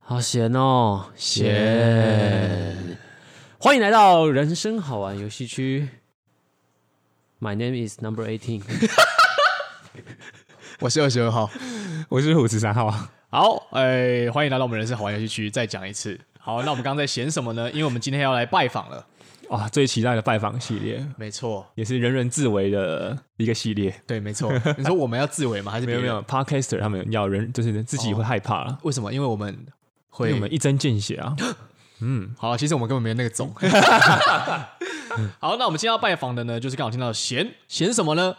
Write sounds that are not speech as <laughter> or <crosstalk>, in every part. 好闲哦，闲。欢迎来到人生好玩游戏区。My name is number <laughs> eighteen。我是二十二号，我是五十三号，好，哎、欢迎来到我们人生好玩游戏区，再讲一次。好，那我们刚刚在闲什么呢？因为我们今天要来拜访了，哇，最期待的拜访系列，没错，也是人人自危的一个系列。对，没错。你说我们要自卫吗？还是没别有人没有？，Podcaster 他们要人就是自己会害怕了，为什么？因为我们因会为我们一针见血啊。 <gasps> 好，其实我们根本没有那个 <laughs> 种。好，那我们今天要拜访的呢，就是刚好听到闲闲什么呢？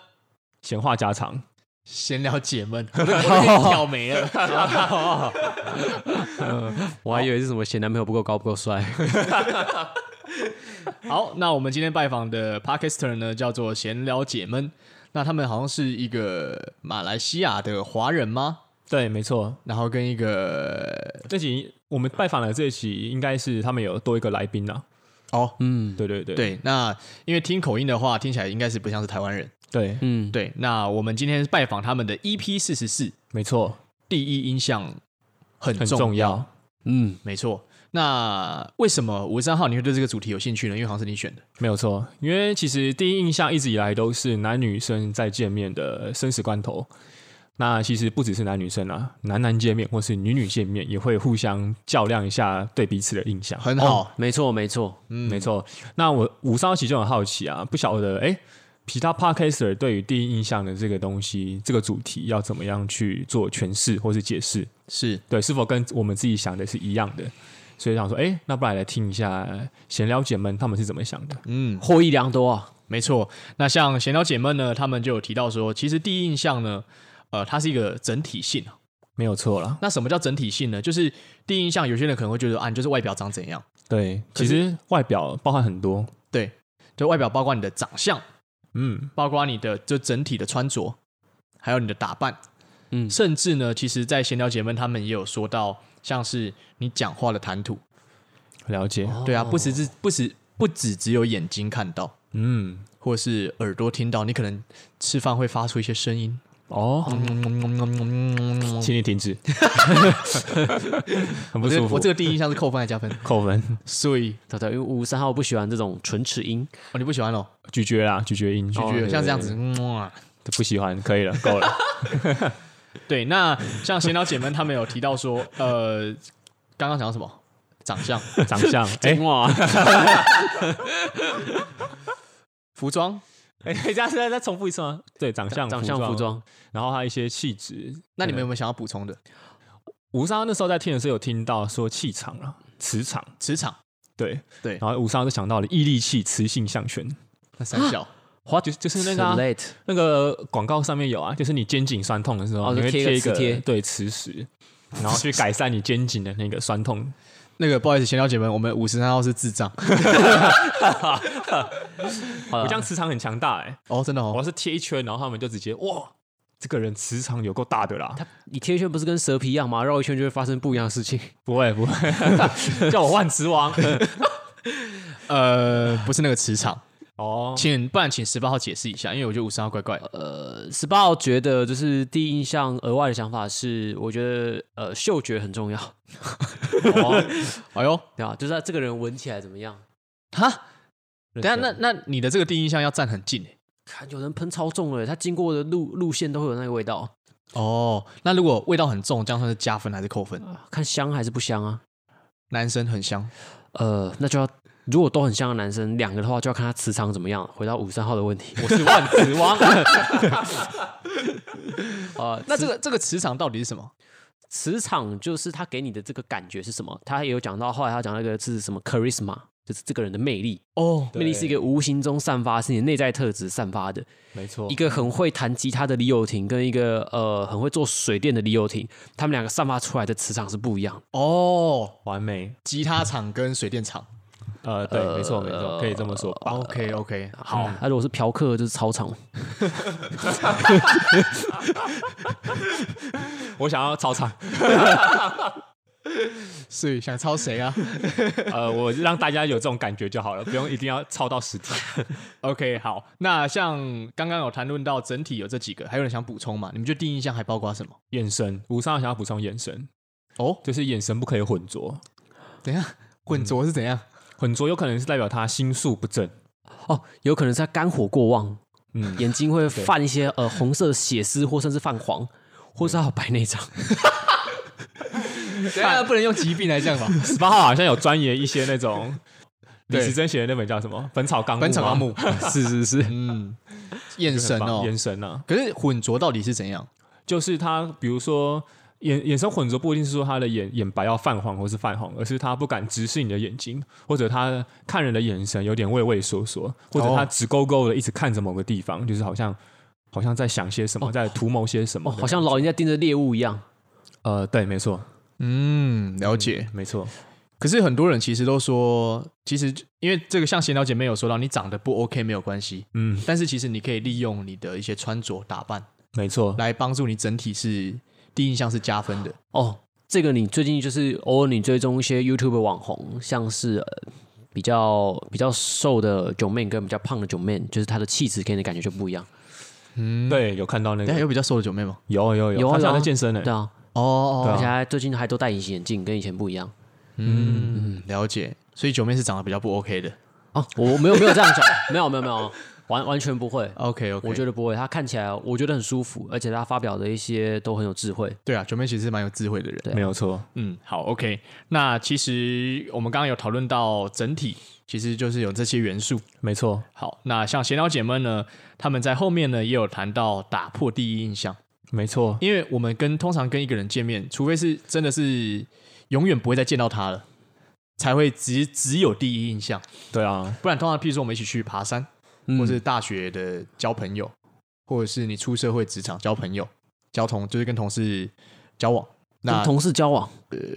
闲话家常，闲聊解闷，我都我都给你挑没了。我还以为是什么嫌男朋友不够高不够帅。 <laughs> 好，那我们今天拜访的 Podcaster 呢，叫做闲聊解闷。那他们好像是一个马来西亚的华人吗？对，没错。然后跟一个这集我们拜访的这一期，应该是他们有多一个来宾啊。哦， <laughs> 嗯，对对对对，那因为听口音的话，听起来应该是不像是台湾人。对，嗯，对，那我们今天拜访他们的 EP 四十四，没错，第一印象很很重重要。嗯，没错。那为什么五十三号你会对这个主题有兴趣呢？因为好像是你选的。没有错，因为其实第一印象一直以来都是男女生在见面的生死关头。那其实不只是男女生啊，男男见面或是女女见面也会互相较量一下对彼此的印象。很好哦没错没错。嗯没错。那我五三其就很好奇啊，不晓得哎，诶其他 podcaster 对于第一印象的这个东西，这个主题要怎么样去做诠释或是解释？是对，是否跟我们自己想的是一样的？所以想说，哎，那不然来听一下闲聊姐们他们是怎么想的？嗯，获益良多啊！没错。那像闲聊姐妹呢，他们就有提到说，其实第一印象呢，呃，它是一个整体性啊。没有错啦。那什么叫整体性呢？就是第一印象，有些人可能会觉得啊，你就是外表长怎样，对，可其实外表包含很多，对，就外表包括你的长相，嗯，包括你的就整体的穿着，还有你的打扮，嗯甚至呢，其实，在闲聊姐妹他们也有说到，像是你讲话的谈吐，了解，对啊，不只是不只不只只有眼睛看到，嗯，或是耳朵听到，你可能吃饭会发出一些声音，哦，请你停止，很嗯不我这舒个服，我这个第一印象是扣分还是加 <laughs> 分？扣分，所以对对，因为五三号不喜欢这种唇齿音，哦，你不喜欢咯，咀嚼啦，咀嚼音，咀就觉哦得像这样子，嗯不喜欢，可以了，够了，对，那像闲聊姐们，她们有提到说，呃，刚刚讲到什么？长 <laughs> 相、长相，哎，哇，服装，哎，等一下，现在再重复一次吗？对，长 <laughs> 相，<laughs> 长相服，装，然后还有一些气质。那你们有没有想要补充的？吴莎那时候在听的时候有听到说气场啊，磁场，磁场，对对然后吴莎就想到了毅力气，磁性象拳，那三啊小，花就就是那个啊 late，那个广告上面有啊，就是你肩颈酸痛的时候，哦就你会贴一个贴一磁个贴对磁石，然后去改善你肩颈的那个酸痛。那个不好意思，闲聊姐们，我们五十三号是智障好我了这样磁场很强大哎、哦，真的我哦，要是贴一圈，然后他们就直接哇，这个人磁场有够大的啦。你贴一圈不是跟蛇皮一样吗？绕一圈就会发生不一样的事 <laughs> 情。不会不会， <laughs> 叫我万磁 <laughs> 王呃，不是那个磁 <laughs> 场，哦。请不然请十八号解释一下，因为我觉得五十号怪怪的， <laughs> 呃十八号觉得就是第一印象额外的想法是，我觉得呃嗅觉很重要，哦哎呦，对吧？就是他这个人闻起来怎么样？哈，等一下那那你的这个第一印象要站很近欸看有人喷超重了，他经过的路路线都会有那个味道，啊哦，那如果味道很重，这样算是加分还是扣分？看香还是不香啊？呃男生很香，呃，那就要如果都很香的男生两个的话，就要看他磁场怎么样。回到五三号的问题，我是 <laughs> 万磁王，啊呃，那这个这个磁场到底是什么？磁场就是他给你的这个感觉是什么？他也有讲到，后来他讲那个是什么 charisma，就是这个人的魅力，哦，魅力是一个无形中散发，是你的内在特质散发的。没错一，个很会弹吉他的李友廷跟一个呃很会做水电的李友廷，他们两个散发出来的磁场是不一样的。哦，完美。吉他厂跟水电厂。呃，对，没错没错，可以这么说哦吧。 OK OK，好，那、如果是嫖客就是操场，我想要操场， <laughs> 所以想抄谁啊呃，我让大家有这种感觉就好了，不用一定要操到实体。 <laughs> ？OK，好，那像刚刚有谈论到整体有这几个，还有人想补充吗？你们觉得第一印象还包括什么？眼神，吴三想要补充眼神，哦，就是眼神不可以混浊，等一下，混浊是怎 <laughs> 样？混浊有可能是代表他心术不正。哦，有可能是他肝火过 <laughs> 旺， <laughs> 嗯眼睛会泛一些呃红色血丝，或甚至泛黄，或是他有白内障。当啊然不能用疾病来讲吧，《十八号好像有钻研一些那种 <laughs> 李对时珍写的那本叫什么《本草纲目》吗？本草纲 <laughs> 目》是是是，嗯，眼就很神棒哦，眼神啊，可是混浊到底是怎样？就是他比如说。眼眼神混浊不一定是说他的眼眼白要泛黄或是泛红，而是他不敢直视你的眼睛，或者他看人的眼神有点畏畏缩缩，或者他哦直勾勾的一直看着某个地方，就是好像好像在想些什么，在图谋些什么哦，的感觉。好像老人家盯着猎物一样。呃，对，没错，嗯，了解。没错，可是很多人其实都说，其实因为这个像闲聊姐妹有说到，你长得不 OK 没有关系，嗯，但是其实你可以利用你的一些穿着打扮没错，来帮助你整体是第一印象是加分的。哦，这个你最近就是偶尔你追踪一些 YouTube 网红，像是、呃、比较比较瘦的九妹跟比较胖的九妹，就是她的气质给你的感觉就不一样。嗯，对，有看到那等一下个，有比较瘦的九妹吗？有有有有，啊他有现在啊在健身呢对，啊，哦哦，对而啊且她最近还都戴隐形眼镜，跟以前不一样。嗯，了解。所以九妹是长得比较不 OK 的。哦，我没有没有这样讲， <laughs> 没有没有没有，完完全不会。 OK OK，我觉得得不会，她看起来我觉得很舒服，而且她发表的一些都很有智慧。对啊，九妹其实是蛮有智慧的人。对没有错，嗯，好，OK。那其实我们刚刚有讨论到整体，其实就是有这些元素。没错，好，那像闲聊姐妹呢，他们在后面呢也有谈到打破第一印象。没错，因为我们跟通常跟一个人见面，除非是真的是永远不会再见到他了，才会只只有第一印象。对啊，不然通常，譬如说我们一起去爬山，嗯或是大学的交朋友，或者是你出社会职场交朋友、交同，就是跟同事交往。那跟同事交往对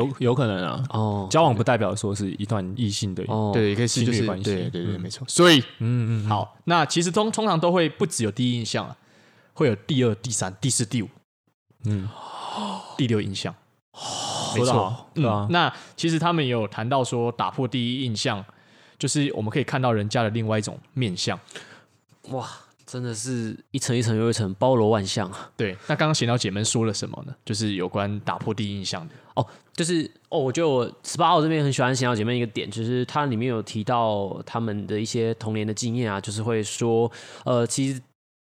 有有可能啊，哦交往不代表说是一段异性的，哦，对，也可以是就情侣是关系对对对，嗯没错。所以嗯嗯，嗯，好，那其实通通常都会不只有第一印象啊，会有第二、第三、第四、第五、嗯，第六印象。没说得错好，对啊嗯，，那其实他们也有谈到说，打破第一印象，就是我们可以看到人家的另外一种面相。哇，真的是一层一层又一层，包罗万象啊。对，那刚刚闲聊姐们说了什么呢？就是有关打破第一印象的。哦，就是哦，我觉得我十八号这边很喜欢《闲聊姐妹》一个点，就是它里面有提到他们的一些童年的经验啊，就是会说，呃，其实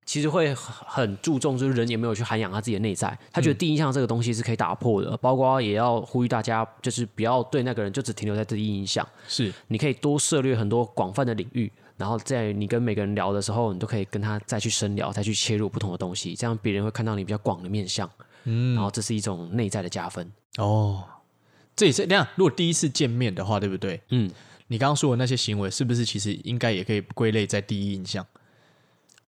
其实会很注重，就是人有没有去涵养他自己的内在，他觉得第一印象这个东西是可以打破的，包括也要呼吁大家，就是不要对那个人就只停留在第一印象，是，你可以多涉猎很多广泛的领域。然后在你跟每个人聊的时候，你都可以跟他再去深聊，再去切入不同的东西，这样别人会看到你比较广的面相，嗯然后这是一种内在的加分。哦，这也是这样。如果第一次见面的话，对不对？嗯，你刚刚说的那些行为，是不是其实应该也可以归类在第一印象？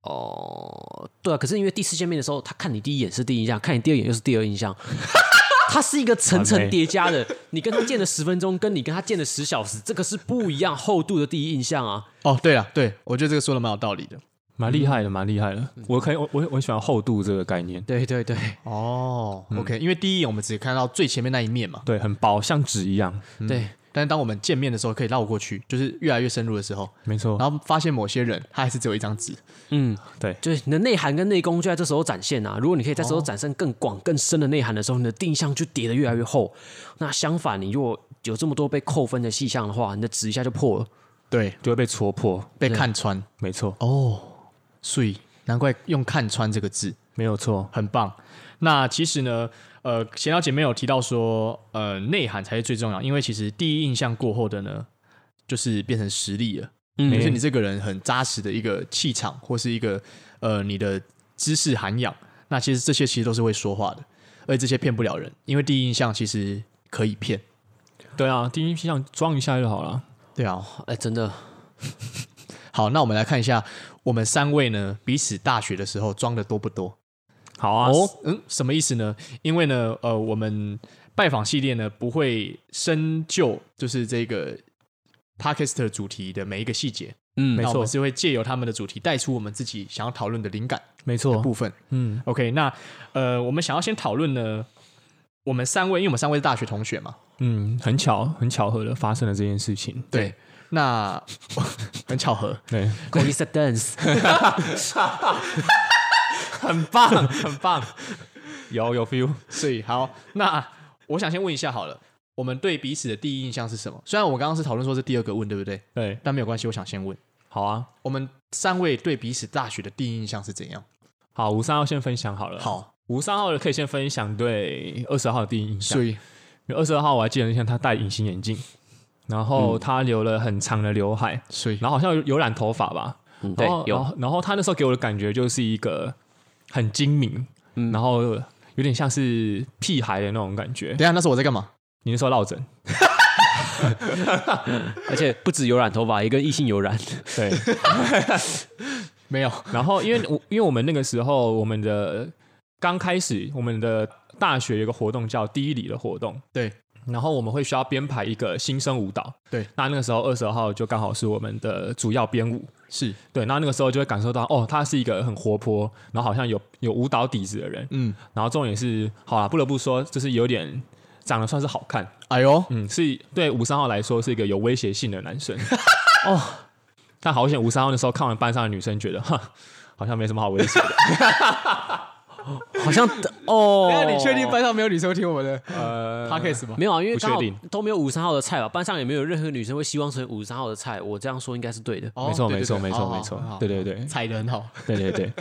哦，对啊，可是因为第一次见面的时候，他看你第一眼是第一印象，看你第二眼又是第二印象， <laughs> 它是一个层层叠加 <laughs> 的。你跟他见了十分钟，跟你跟他见了十小时，这个是不一样厚度的第一印象啊。哦，对了，对我觉得这个说的蛮有道理的。蛮厉嗯害的，蛮厉害的，我可以，我我我喜欢厚度这个概念，对对对，哦、o k 因为第一眼我们只看到最前面那一面嘛，对，很薄，像纸一样，嗯对但是当我们见面的时候可以绕过去，就是越来越深入的时候，没错，然后发现某些人他还是只有一张纸。嗯，对，就是你的内涵跟内功就在这时候展现啊。如果你可以在这时候展现更广、更深的内涵的时候，你的定向就叠得越来越厚。那相反，你如果有这么多被扣分的细项的话，你的纸一下就破了。对，就会被戳破，被看穿没错，哦，所以难怪用“看穿”这个字没有错，很棒。那其实呢，呃，闲聊姐妹有提到说，呃，内涵才是最重要，因为其实第一印象过后的呢，就是变成实力了，嗯就是你这个人很扎实的一个气场，或是一个呃你的知识涵养。那其实这些其实都是会说话的，而且这些骗不了人，因为第一印象其实可以骗。对啊，第一印象装一下就好了，对啊，哎，真的，好，那我们来看一下我们三位呢彼此大学的时候装的多不多。好啊，哦，嗯，什么意思呢？因为呢，呃，我们拜访系列呢不会深究，就是这个 podcast 主题的每一个细节，嗯那我错们是会借由他们的主题带出我们自己想要讨论的灵感没的错，部分。嗯， OK，那呃，我们想要先讨论呢，我们三位，因为我们三位是大学同学嘛，嗯，很巧，很巧合的发生了这件事情。对，那 <laughs> 很巧合，对， coincidence，很棒，很棒。 <laughs> 有有 feel，所以好，那我想先问一下好了，我们对彼此的第一印象是什么？虽然我刚刚是讨论说是第二个问，对不对？对，但没有关系，我想先问，好啊，我们三位对彼此大学的第一印象是怎样？好，五三号先分享好了。，好，五三号的可以先分享对二十号的第一印象所。以因为二十二号我还记得那天他戴隐形眼镜，然嗯后他留了很长的刘海，所以然后好像有有染头发吧。嗯， <laughs> 对然后，然有后然后他那时候给我的感觉就是一个很精明，嗯然后有点像是屁孩的那种感觉等一。下那时候我在干嘛？你那时候落枕，而且不止有染头发，也跟异性有染。对。没有， <laughs> 然后因为我因为我们那个时候我们的刚开始我们的大学有一个活动叫第一礼的活动，对，然后我们会需要编排一个新生舞蹈，对，那那个时候二十号就刚好是我们的主要编舞，是，对，那那个时候就会感受到哦，他是一个很活泼，然后好像有有舞蹈底子的人，嗯，然后重点是，好啦，不得不说，就是有点长得算是好看，哎呦，嗯，是对吴三号来说是一个有威胁性的男生 <laughs> 哦。但好险，吴三号那时候看完班上的女生，觉得哈，好像没什么好威胁的。好 <laughs> 像哦，那你确定班上没有女生听我们的呃， podcast 吗？没有啊？因为不确刚好定都没有五三号的菜吧，班上也没有任何女生会希望成五三号的菜。我这样说应该是对的。哦没错，对没对错，对没好错，好没错好，好对对对，踩的很好，对 <laughs> 对对。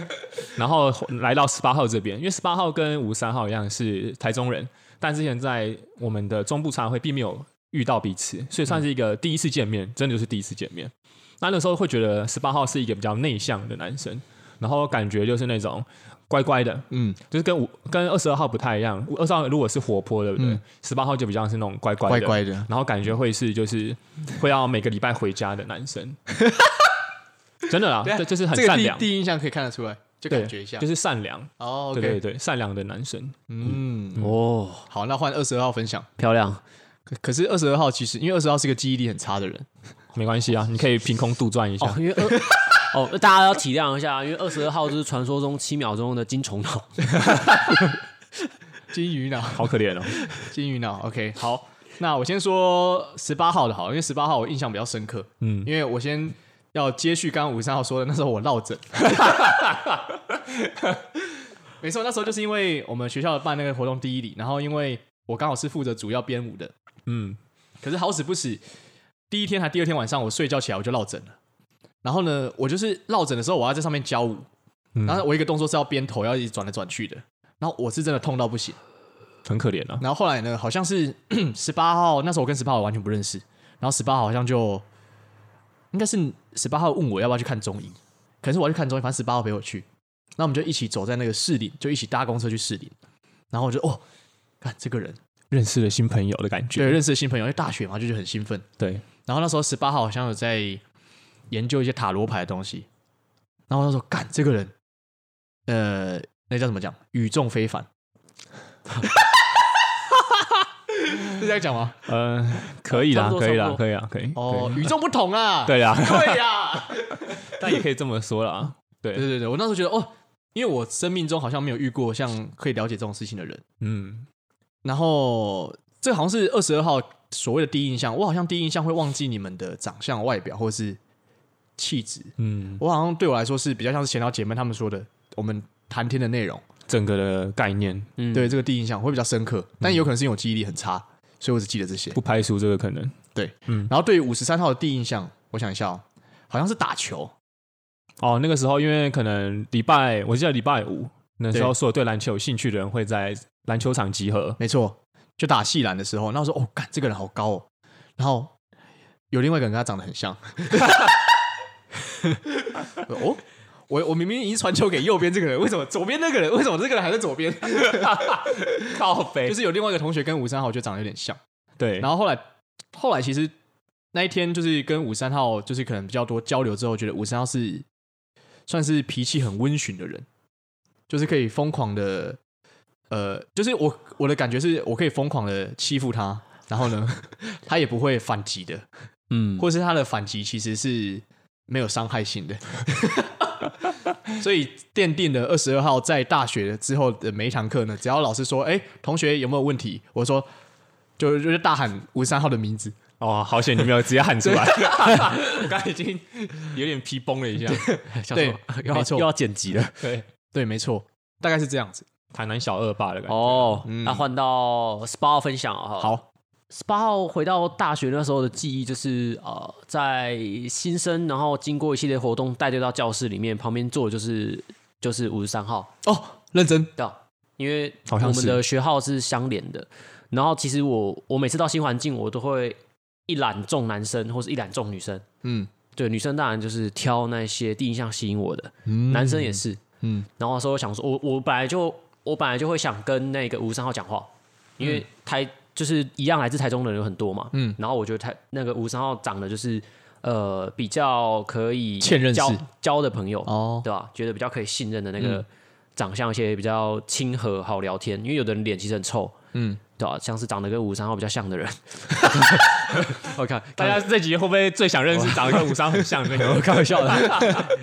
然后来到十八号这边，因为十八号跟吴三号一样是台中人，但之前在我们的中部茶会并没有遇到彼此，所以算是一个第一次嗯见面，真的就是第一次见面。那那时候会觉得十八号是一个比较内向的男生，然后感觉就是那种乖乖的，嗯，就是跟五跟二十二号不太一样。二十二如果是活泼，对不对嗯？十八、号就比较是那种乖乖乖的，乖的，然后感觉会是就是会要每个礼拜回家的 <laughs> 男生。真的啦，对啊这就是很这个善第良，第一印象可以看得出来，就对感觉一下就，是善良。哦对对，OK，对，善良的男生，嗯，哦，好，那换二十二号分享。漂亮！可可是二十二号其实，因为二十号是个记忆力很差的人，没关系哦啊，你可以凭空杜撰一下哦，。因为二哦，大家要体谅一下，因为二十二号就是传说中七秒钟的金虫 <laughs> 脑。金鱼脑，好可怜哦，金鱼脑。OK，好， <laughs> 那我先说十八号的好了，因为十八号我印象比较深刻，嗯，因为我先要接续刚刚五十三号说的，那时候我落枕。 <laughs> 没错，那时候就是因为我们学校办那个活动第一礼，然后因为我刚好是负责主要编舞的，嗯，可是好死不死，第一天还第二天晚上，我睡觉起来我就落枕了。然后呢，我就是落枕的时候，我要在上面教舞，嗯然后我一个动作是要边头要一直转来转去的，然后我是真的痛到不行。很可怜啊。然后后来呢，好像是 <clears throat> 十八号，那时候我跟十八号完全不认识，然后十八号好像就应该是十八号问我要不要去看中医，可是我要去看中医，反正十八号陪我去，那我们就一起走在那个士林，就一起搭公车去士林，然后我就哦，看这个人，认识了新朋友的感对，觉，认识的新朋友，因为大学嘛，就觉得很兴奋。对，然后那时候十八号好像有在研究一些塔罗牌的东西，然后他说：“干，这个人，呃，那叫怎么讲？与众非凡。” <laughs> 是这样讲吗？呃，可以啦差，不多可以差啦，不多可以啊啦，可以。哦，可以与众不同啊！<laughs> 对呀，对呀，但也可以这么说啦。对对对，我那时候觉得哦，因为我生命中好像没有遇过像可以了解这种事情的人。嗯，然后这好像是二十二号所谓的第一印象，我好像第一印象会忘记你们的长相、外表或是气质，嗯，我好像对我来说是比较像是闲聊姐妹她们说的，我们谈天的内容，整个的概念嗯，对这个第一印象会比较深刻，但有可能是因为我记忆力很差，所以我只记得这些。不排除这个可能。嗯然后对于五十三号的第一印象，我想一下、哦，好像是打球，哦，那个时候因为可能礼拜，我记得礼拜五那时候，对所有对篮球有兴趣的人会在篮球场集合。没错，就打细篮的时候，那我说哦，干这个人好高哦，然后有另外一个人跟他长得很像， <laughs> 哦。我我明明已经传球给右边这个人，为什么左边那个人为什么这个人还在左边？靠北就，是有另外一个同学跟五三号就长得有点像。对，然后后来后来其实那一天就是跟五三号就是可能比较多交流之后，觉得五三号是算是脾气很温驯的人，就是可以疯狂的，呃，就是我我的感觉是我可以疯狂的欺负他，然后呢， <laughs> 他也不会反击的，嗯，或是他的反击其实是没有伤害性的。 <laughs> 所以奠定了二十二号在大学之后的每一堂课呢，只要老师说：“哎、同学有没有问题？”我说：“就就是大喊五三号的名字。哦，好险你没有直接喊出来，我刚才 <laughs> 已经有点皮崩了一下。想对说又没要错 <laughs> 嗯又要剪辑了。对，”对，没错，大概是这样子。台南小恶霸的感觉。哦，嗯那换到 SPA 号分享哦哈。好， SPA 号回到大学那时候的记忆就是呃，在新生，然后经过一系列活动带队到教室里面，旁边坐的就是就是五十三号，哦，认真，对啊，因为我好像们是的学号是相连的。然后其实我我每次到新环境，我都会一览众男生或是一览众女生。嗯对，女生当然就是挑那些第一印象吸引我的，嗯男生也是。嗯，然后那时候我想说，我我本来就我本来就会想跟那个吴三号讲话，因为台、就是一样来自台中的人有很多嘛。嗯嗯，然后我觉得台那个吴三号长得就是呃比较可以欠认识交交的朋友，哦，对啊吧？觉得比较可以信任的那个长相，一些比较亲和好聊天，因为有的人脸其实很臭，嗯，对吧？像是长得跟吴三号比较像的人，<laughs> 我看大家这集会不会最想认识长得跟武商很像的那个？开玩笑的，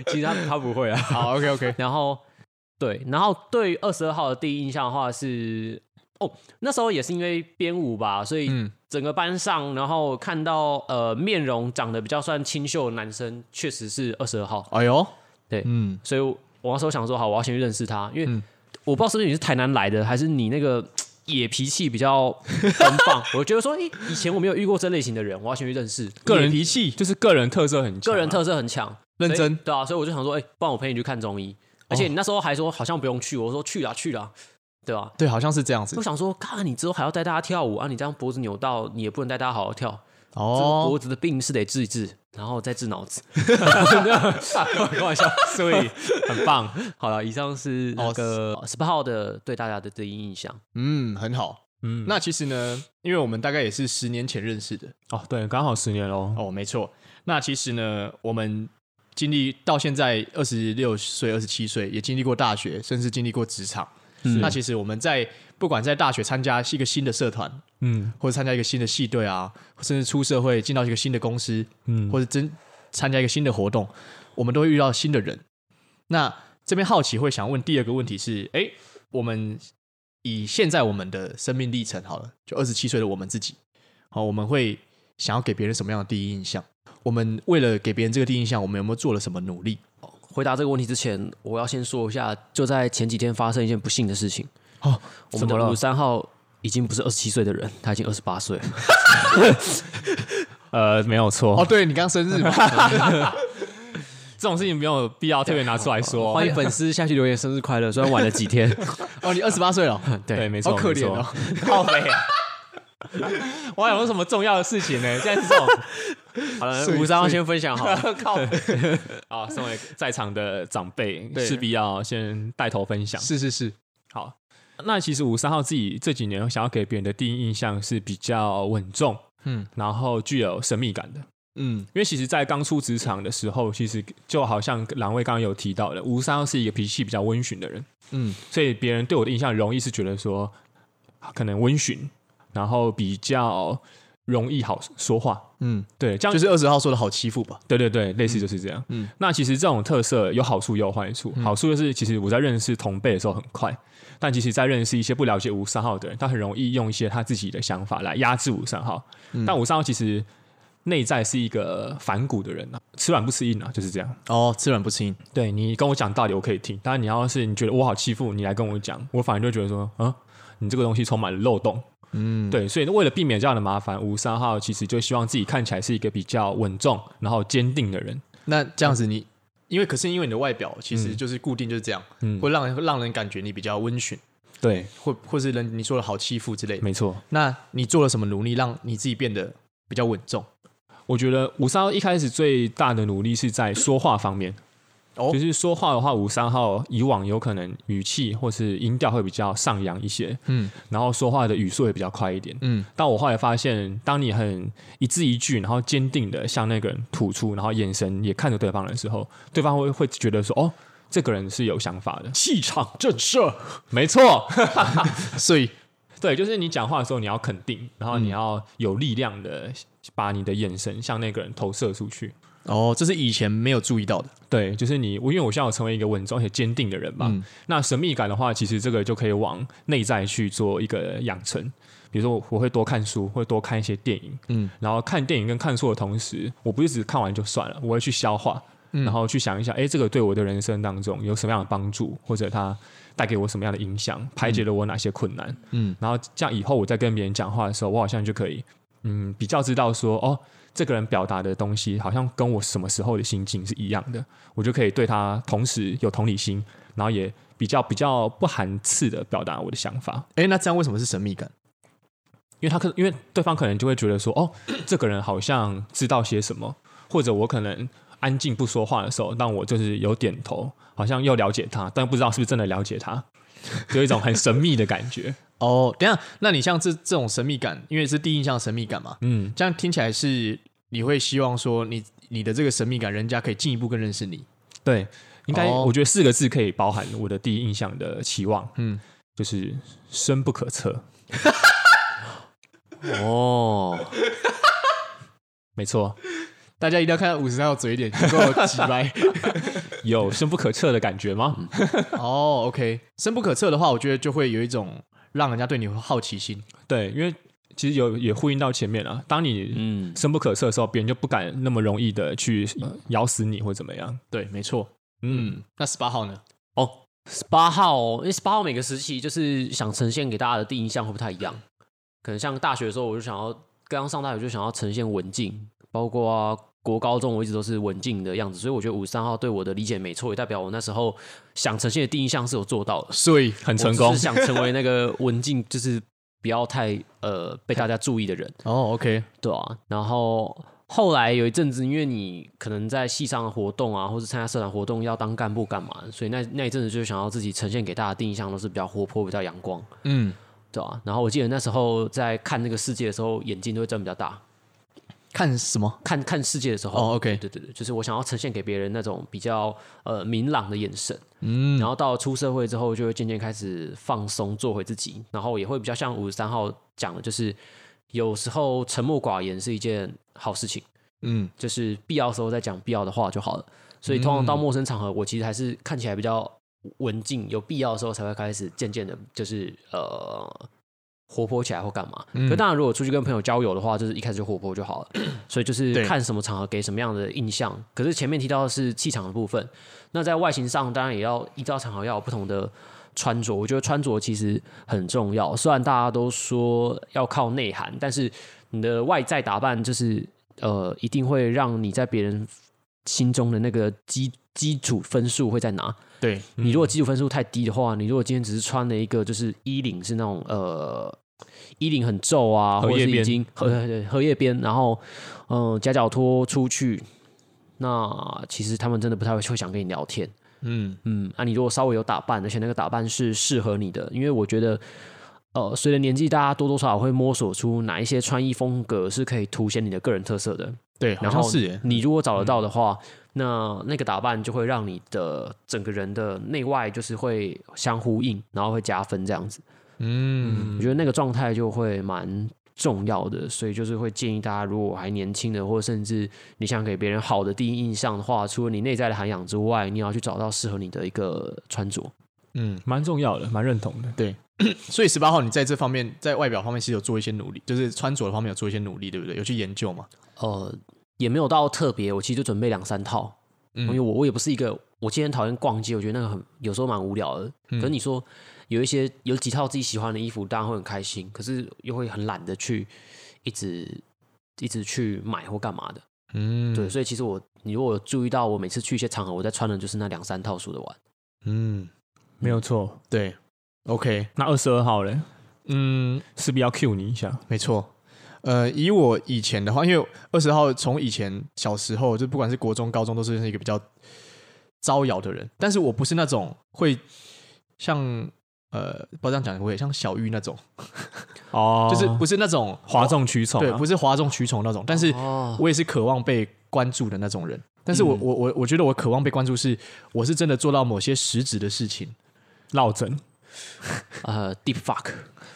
其实他他不会啊。好，OK OK， <laughs> 然后对，然后对于二十二号的第一印象的话是，哦，那时候也是因为编舞吧，所以嗯整个班上，然后看到呃面容长得比较算清秀的男生，确实是二十二号，哎呦，对嗯，所以我我那时候想说，好，我要先去认识他，因为嗯我不知道是不是你是台南来的，还是你那个。野脾气比较奔 <laughs> 放，我觉得说，诶、以前我没有遇过这类型的人，我要先去认识。 <laughs> 个人野脾气就是个人特色很强啊，个人特色很强，所认以真，对啊，所以我就想说，哎、不然我陪你去看中医。而且你那时候还说好像不用去，我说去啦去啦，对吧、啊？对，好像是这样子我，想说，看你之后还要带大家跳舞啊，你这样脖子扭到，你也不能带大家好好跳。这个脖哦，子的病是得治一治，然后再治脑子。开玩笑， <laughs> 所以很棒。好了，以上是那哦个十八号的对大家的第一印象。嗯，很好。嗯，那其实呢，因为我们大概也是十年前认识的，哦，对，刚好十年喽。哦，没错。那其实呢，我们经历到现在二十六岁、二十七岁，也经历过大学，甚至经历过职场。嗯那其实我们在不管在大学参加一个新的社团，嗯或者参加一个新的系队啊，甚至出社会进到一个新的公司，嗯，或者真参加一个新的活动，我们都会遇到新的人。那这边好奇会想问第二个问题是：哎、我们以现在我们的生命历程好了，就二十七岁的我们自己，好，我们会想要给别人什么样的第一印象？我们为了给别人这个第一印象，我们有没有做了什么努力？回答这个问题之前，我要先说一下，就在前几天发生一件不幸的事情。哦，我们怎么的了五三号已经不是二十七岁的人，他已经二十八岁了。呃，没有错，哦，对你刚生日 <laughs> 嘛，这种事情没有必要特别拿出来说。 <laughs> 欢迎粉丝下去留言生日快乐，虽然晚了几 <laughs> 天。 <laughs> 哦，你二十八岁 <laughs> 了，对，没错，好可怜没哦错。，靠北 <laughs> 啊。我还想说什么重要的事情呢？现在是这种好了，所以五三号先分享好了。靠 <laughs> 啊，身为在场的长辈，对势必要先带头分享。是是是，好，那其实五三号自己这几年想要给别人的第一印象是比较稳重，嗯然后具有神秘感的。嗯因为其实，在刚出职场的时候，其实就好像两位刚刚有提到的，吴三号是一个脾气比较温驯的人，嗯所以别人对我的印象容易是觉得说，啊可能温驯，然后比较容易好说话。嗯，对，这样就是二十号说的好欺负吧？对对对，类似就是这样。嗯嗯，那其实这种特色有好处也有坏处。好处就是，其实我在认识同辈的时候很快，但其实在认识一些不了解五三号的人，他很容易用一些他自己的想法来压制五三号。但五三号其实内在是一个反骨的人啊，吃软不吃硬啊，就是这样。哦，吃软不吃硬，对你跟我讲道理，我可以听，但你要是你觉得我好欺负，你来跟我讲，我反而就觉得说，啊，你这个东西充满了漏洞。嗯，对，所以为了避免这样的麻烦，吴三号其实就希望自己看起来是一个比较稳重，然后坚定的人。那这样子你，嗯因为可是因为你的外表其实就是固定就是这样，嗯会让人会让人感觉你比较温驯，对，或或是人你说的好欺负之类的。没错，那你做了什么努力让你自己变得比较稳重？我觉得五三号一开始最大的努力是在说话方面。哦就是说话的话，五三号以往有可能语气或是音调会比较上扬一些，嗯然后说话的语速也比较快一点。嗯但我后来发现，当你很一字一句，然后坚定的向那个人吐出，然后眼神也看着对方的时候，对方会会觉得说：“哦，这个人是有想法的。气场震慑，”没错，所以对，就是你讲话的时候你要肯定，然后你要有力量的把你的眼神向那个人投射出去。哦，这是以前没有注意到的。对，就是你，我因为我现在有成为一个稳重而且坚定的人嘛。嗯那神秘感的话，其实这个就可以往内在去做一个养成。比如说，我我会多看书，会多看一些电影，嗯嗯，然后看电影跟看书的同时，我不是只看完就算了，我会去消化，嗯然后去想一想，哎，这个对我的人生当中有什么样的帮助，或者它带给我什么样的影响，排解了我哪些困难。嗯然后这样以后我在跟别人讲话的时候，我好像就可以，嗯，比较知道说，哦，这个人表达的东西好像跟我什么时候的心境是一样的，我就可以对他同时有同理心，然后也比较比较不含刺的表达我的想法，哎、那这样为什么是神秘感？因为他可因为对方可能就会觉得说，哦，这个人好像知道些什么，或者我可能安静不说话的时候，让我就是有点头，好像又了解他，但不知道是不是真的了解他， <laughs> 有一种很神秘的感觉， <laughs> 哦，等一下，那你像这这种神秘感，因为是第一印象神秘感嘛，嗯。这样听起来是你会希望说你你的这个神秘感，人家可以进一步更认识你。对，应该、哦我觉得四个字可以包含我的第一印象的期望，嗯嗯，就是深不可测。 <laughs> 哦，没错，大家一定要看到五十三号嘴脸，能够 <laughs> 挤掰。有深不可测的感觉吗？哦，OK，深不可测的话，我觉得就会有一种让人家对你有好奇心。嗯对，因为其实有也呼应到前面啊，当你嗯，深不可测的时候，别人就不敢那么容易的去、呃咬死你或怎么样。对，没错。嗯，那十八号呢？哦，十八号哦，因为十八号每个时期就是想呈现给大家的第一印象会不太一样。可能像大学的时候，我就想要刚上大学就想要呈现文静，包括啊国高中我一直都是文静的样子，所以我觉得五十三号对我的理解没错，也代表我那时候想呈现的第一印象是有做到的，所以很我成只功是。想成为那个文静，就是不要太呃被大家注意的人。哦，OK，对啊，然后后来有一阵子，因为你可能在系上的活动啊，或是参加社团活动要当干部干嘛，所以那那一阵子就想要自己呈现给大家的印象都是比较活泼、比较阳光，嗯，对啊，然后我记得那时候在看那个世界的时候，眼睛都会睁比较大，看什么？看看世界的时候。哦，OK，对对对，就是我想要呈现给别人那种比较呃明朗的眼神，嗯，然后到出社会之后，就会渐渐开始放松，做回自己，然后也会比较像五十三号讲的，就是有时候沉默寡言是一件好事情。嗯，就是必要的时候再讲必要的话就好了。所以通常到陌生场合，我其实还是看起来比较文静，有必要的时候才会开始渐渐的，就是呃活泼起来或干嘛。可当然，如果出去跟朋友交友的话，就是一开始就活泼就好了。所以就是对看什么场合给什么样的印象。可是前面提到的是气场的部分，那在外形上当然也要依照场合要有不同的。穿着，我觉得穿着其实很重要。虽然大家都说要靠内涵，但是你的外在打扮就是呃，一定会让你在别人心中的那个基基础分数会在哪？对，你嗯如果基础分数太低的话，你如果今天只是穿了一个就是衣领是那种呃衣领很皱啊，荷或者叶是边嗯已经荷对荷叶边，然后嗯、呃夹脚拖出去，那其实他们真的不太会会想跟你聊天。嗯，嗯，啊，你如果稍微有打扮，而且那个打扮是适合你的，因为我觉得，呃，随着年纪，大家多多少少会摸索出哪一些穿衣风格是可以凸显你的个人特色的。对，好然像后是耶，你如果找得到的话，那那个打扮就会让你的整个人的内外就是会相呼应，然后会加分这样子。嗯，我觉得那个状态就会蛮重要的，所以就是会建议大家，如果还年轻的，或甚至你想给别人好的第一印象的话，除了你内在的涵养之外，你也要去找到适合你的一个穿着。嗯，蛮重要的，蛮认同的。所以十八号你在这方面，在外表方面其实有做一些努力，就是穿着的方面有做一些努力，对不对？有去研究嘛？呃，也没有到特别，我其实就准备两三套，嗯因为我我也不是一个，我今天讨厌逛街，我觉得那个很有时候蛮无聊的。嗯可是你说有一些有几套自己喜欢的衣服，当然会很开心，可是又会很懒得去一直一直去买或干嘛的。嗯对，，所以其实我你如果有注意到，我每次去一些场合，我在穿的就是那两三套数的碗。嗯，没有错。对，OK，那二十二号嘞，嗯，势必要 cue 你一下。没错。呃，以我以前的话，因为二十号从以前小时候就不管是国中、高中，都是一个比较招摇的人，但是我不是那种会像呃，不知道这样讲会不会像小玉那种，哦就是不是那种哗众取宠、啊，对，不是哗众取宠那种，但是哦，我也是渴望被关注的那种人。但是嗯我、我我我觉得我渴望被关注是，我是真的做到某些实质的事情。落枕。呃，deep fuck，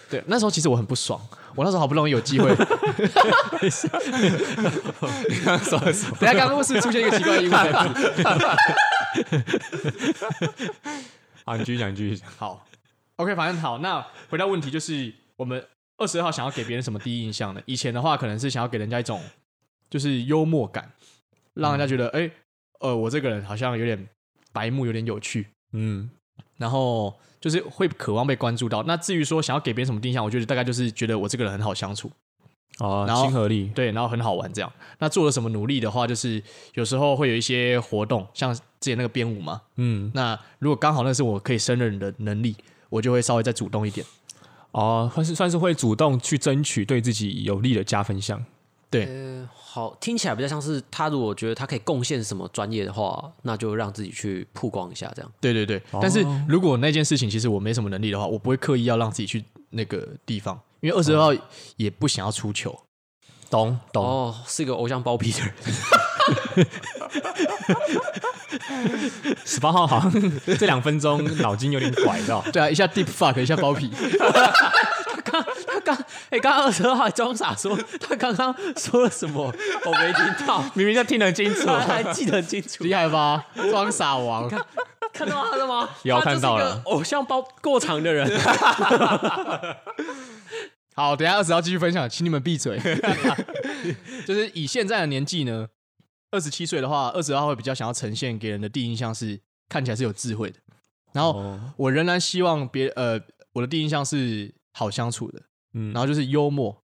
对，那时候其实我很不爽，我那时候好不容易有机会，等一下刚刚会不是出现一个奇怪的英文单词？ <laughs> 啊，你继续讲，你继续讲。好，OK，反正好。那回到问题，就是我们二十二号想要给别人什么第一印象呢？以前的话，可能是想要给人家一种就是幽默感，让人家觉得哎、诶呃，我这个人好像有点白目，有点有趣，嗯，然后就是会渴望被关注到。那至于说想要给别人什么印象，我觉得大概就是觉得我这个人很好相处，哦，然后亲和力，对，然后很好玩这样。那做了什么努力的话，就是有时候会有一些活动，像之前那个编舞嘛。嗯，那如果刚好那是我可以胜任的能力，我就会稍微再主动一点。哦，算是算是会主动去争取对自己有利的加分项。呃，好，听起来比较像是他如果觉得他可以贡献什么专业的话，那就让自己去曝光一下这样。对对对，但是如果那件事情其实我没什么能力的话，我不会刻意要让自己去那个地方，因为二十二号也不想要出糗。懂懂，哦，是一个偶像包皮的人，十八号好像 <laughs> 这两分钟脑筋有点拐到。对啊，一下 deep fuck，一下包皮， <laughs> 他刚哎，刚刚二十二号装傻说 <laughs> 他刚刚说了什么，我没听到，明明就听得清楚他还记得很清楚。厉害吧？装傻王，看 <laughs> 到他了吗？有他就是看到一个了偶像包过长的人，好，等一下二十号继续分享，请你们闭 <laughs> 嘴。就是以现在的年纪呢，二十七岁的话，二十号会比较想要呈现给人的第一印象是看起来是有智慧的。然后哦，我仍然希望别呃，我的第一印象是好相处的，嗯，然后就是幽默，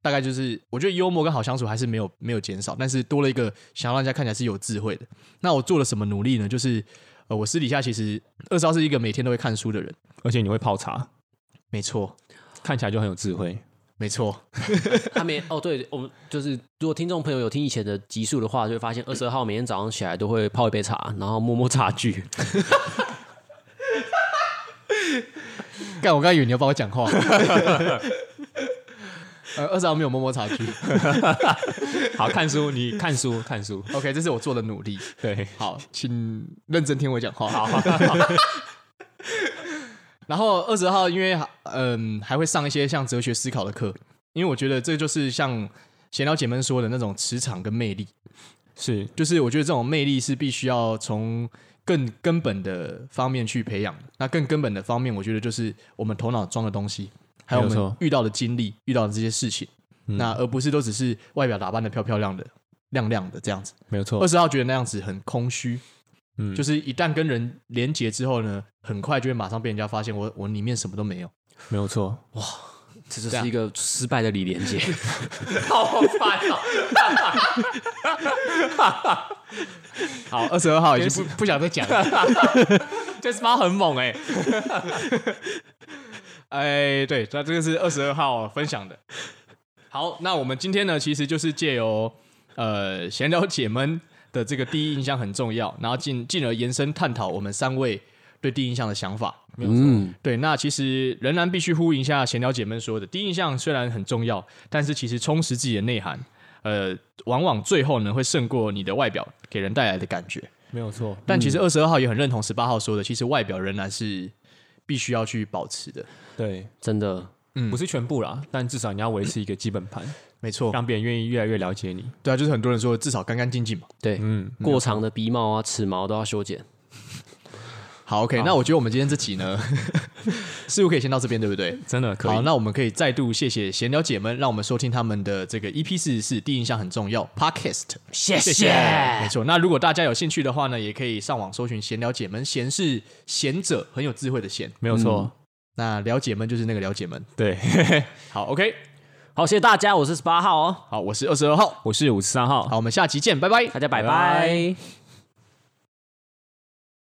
大概就是我觉得幽默跟好相处还是没有没有减少，但是多了一个想要让人家看起来是有智慧的。那我做了什么努力呢？就是呃，我私底下其实二十号是一个每天都会看书的人，而且你会泡茶，没错，看起来就很有智慧。没错，他没哦，对我们就是，如果听众朋友有听以前的集数的话，就会发现二十二号每天早上起来都会泡一杯茶，然后摸摸茶具。干，我刚才以为你要帮我讲话。 <laughs> 呃，二十号没有摸摸茶具。好看书，你看书看书， OK，这是我做的努力。对，好，请认真听我讲话。好。 <laughs> 然后二十号，因为嗯还会上一些像哲学思考的课，因为我觉得这就是像闲聊姐们说的那种磁场跟魅力，是就是我觉得这种魅力是必须要从更根本的方面去培养的。那更根本的方面，我觉得就是我们头脑装的东西，还有我没有们错遇到的经历、遇到的这些事情，嗯那而不是都只是外表打扮的漂漂亮的、亮亮的这样子。没有错二，十号觉得那样子很空虚，嗯，就是是一旦跟人连结之后呢，很快就会马上被人家发现我我里面什么都没有。没有错。 <laughs> 这就这样是一个失败的李连 <laughs> 杰，好烦啊！好，二十二号已经不不想再讲了。这十八很猛欸哎、哎，对，那这个是二十二号分享的。好，那我们今天呢，其实就是借由呃闲聊姐们的这个第一印象很重要，然后进进而延伸探讨我们三位对第一印象的想法。嗯，对，那其实仍然必须呼应一下闲聊姐们说的，第一印象虽然很重要，但是其实充实自己的内涵，呃，往往最后呢会胜过你的外表给人带来的感觉。没有错。但其实二十二号也很认同十八号说的，其实外表仍然是必须要去保持的。对，真的不是全部啦，但至少你要维持一个基本盘，没哦错，让别人愿意越来越了解你。对啊，就是很多人说至少干干净净嘛。对，嗯，过长的鼻毛啊、齿毛都要修剪。好，OK，那我觉得我们今天这集呢， <laughs> 似乎可以先到这边，对不对？真的可好，以。那我们可以再度谢谢闲聊姐们，让我们收听他们的这个 EP 四十四第一印象很重要 Podcast。谢谢谢，没错。那如果大家有兴趣的话呢，也可以上网搜寻“闲聊姐们”，闲是闲者，很有智慧的闲。没有错，嗯那聊姐们就是那个聊姐们。对。 <laughs> 好，OK，好，谢谢大家，我是十八号哦，好，我是二十二号，我是五十三号，好，我们下期见，拜拜。大家拜拜拜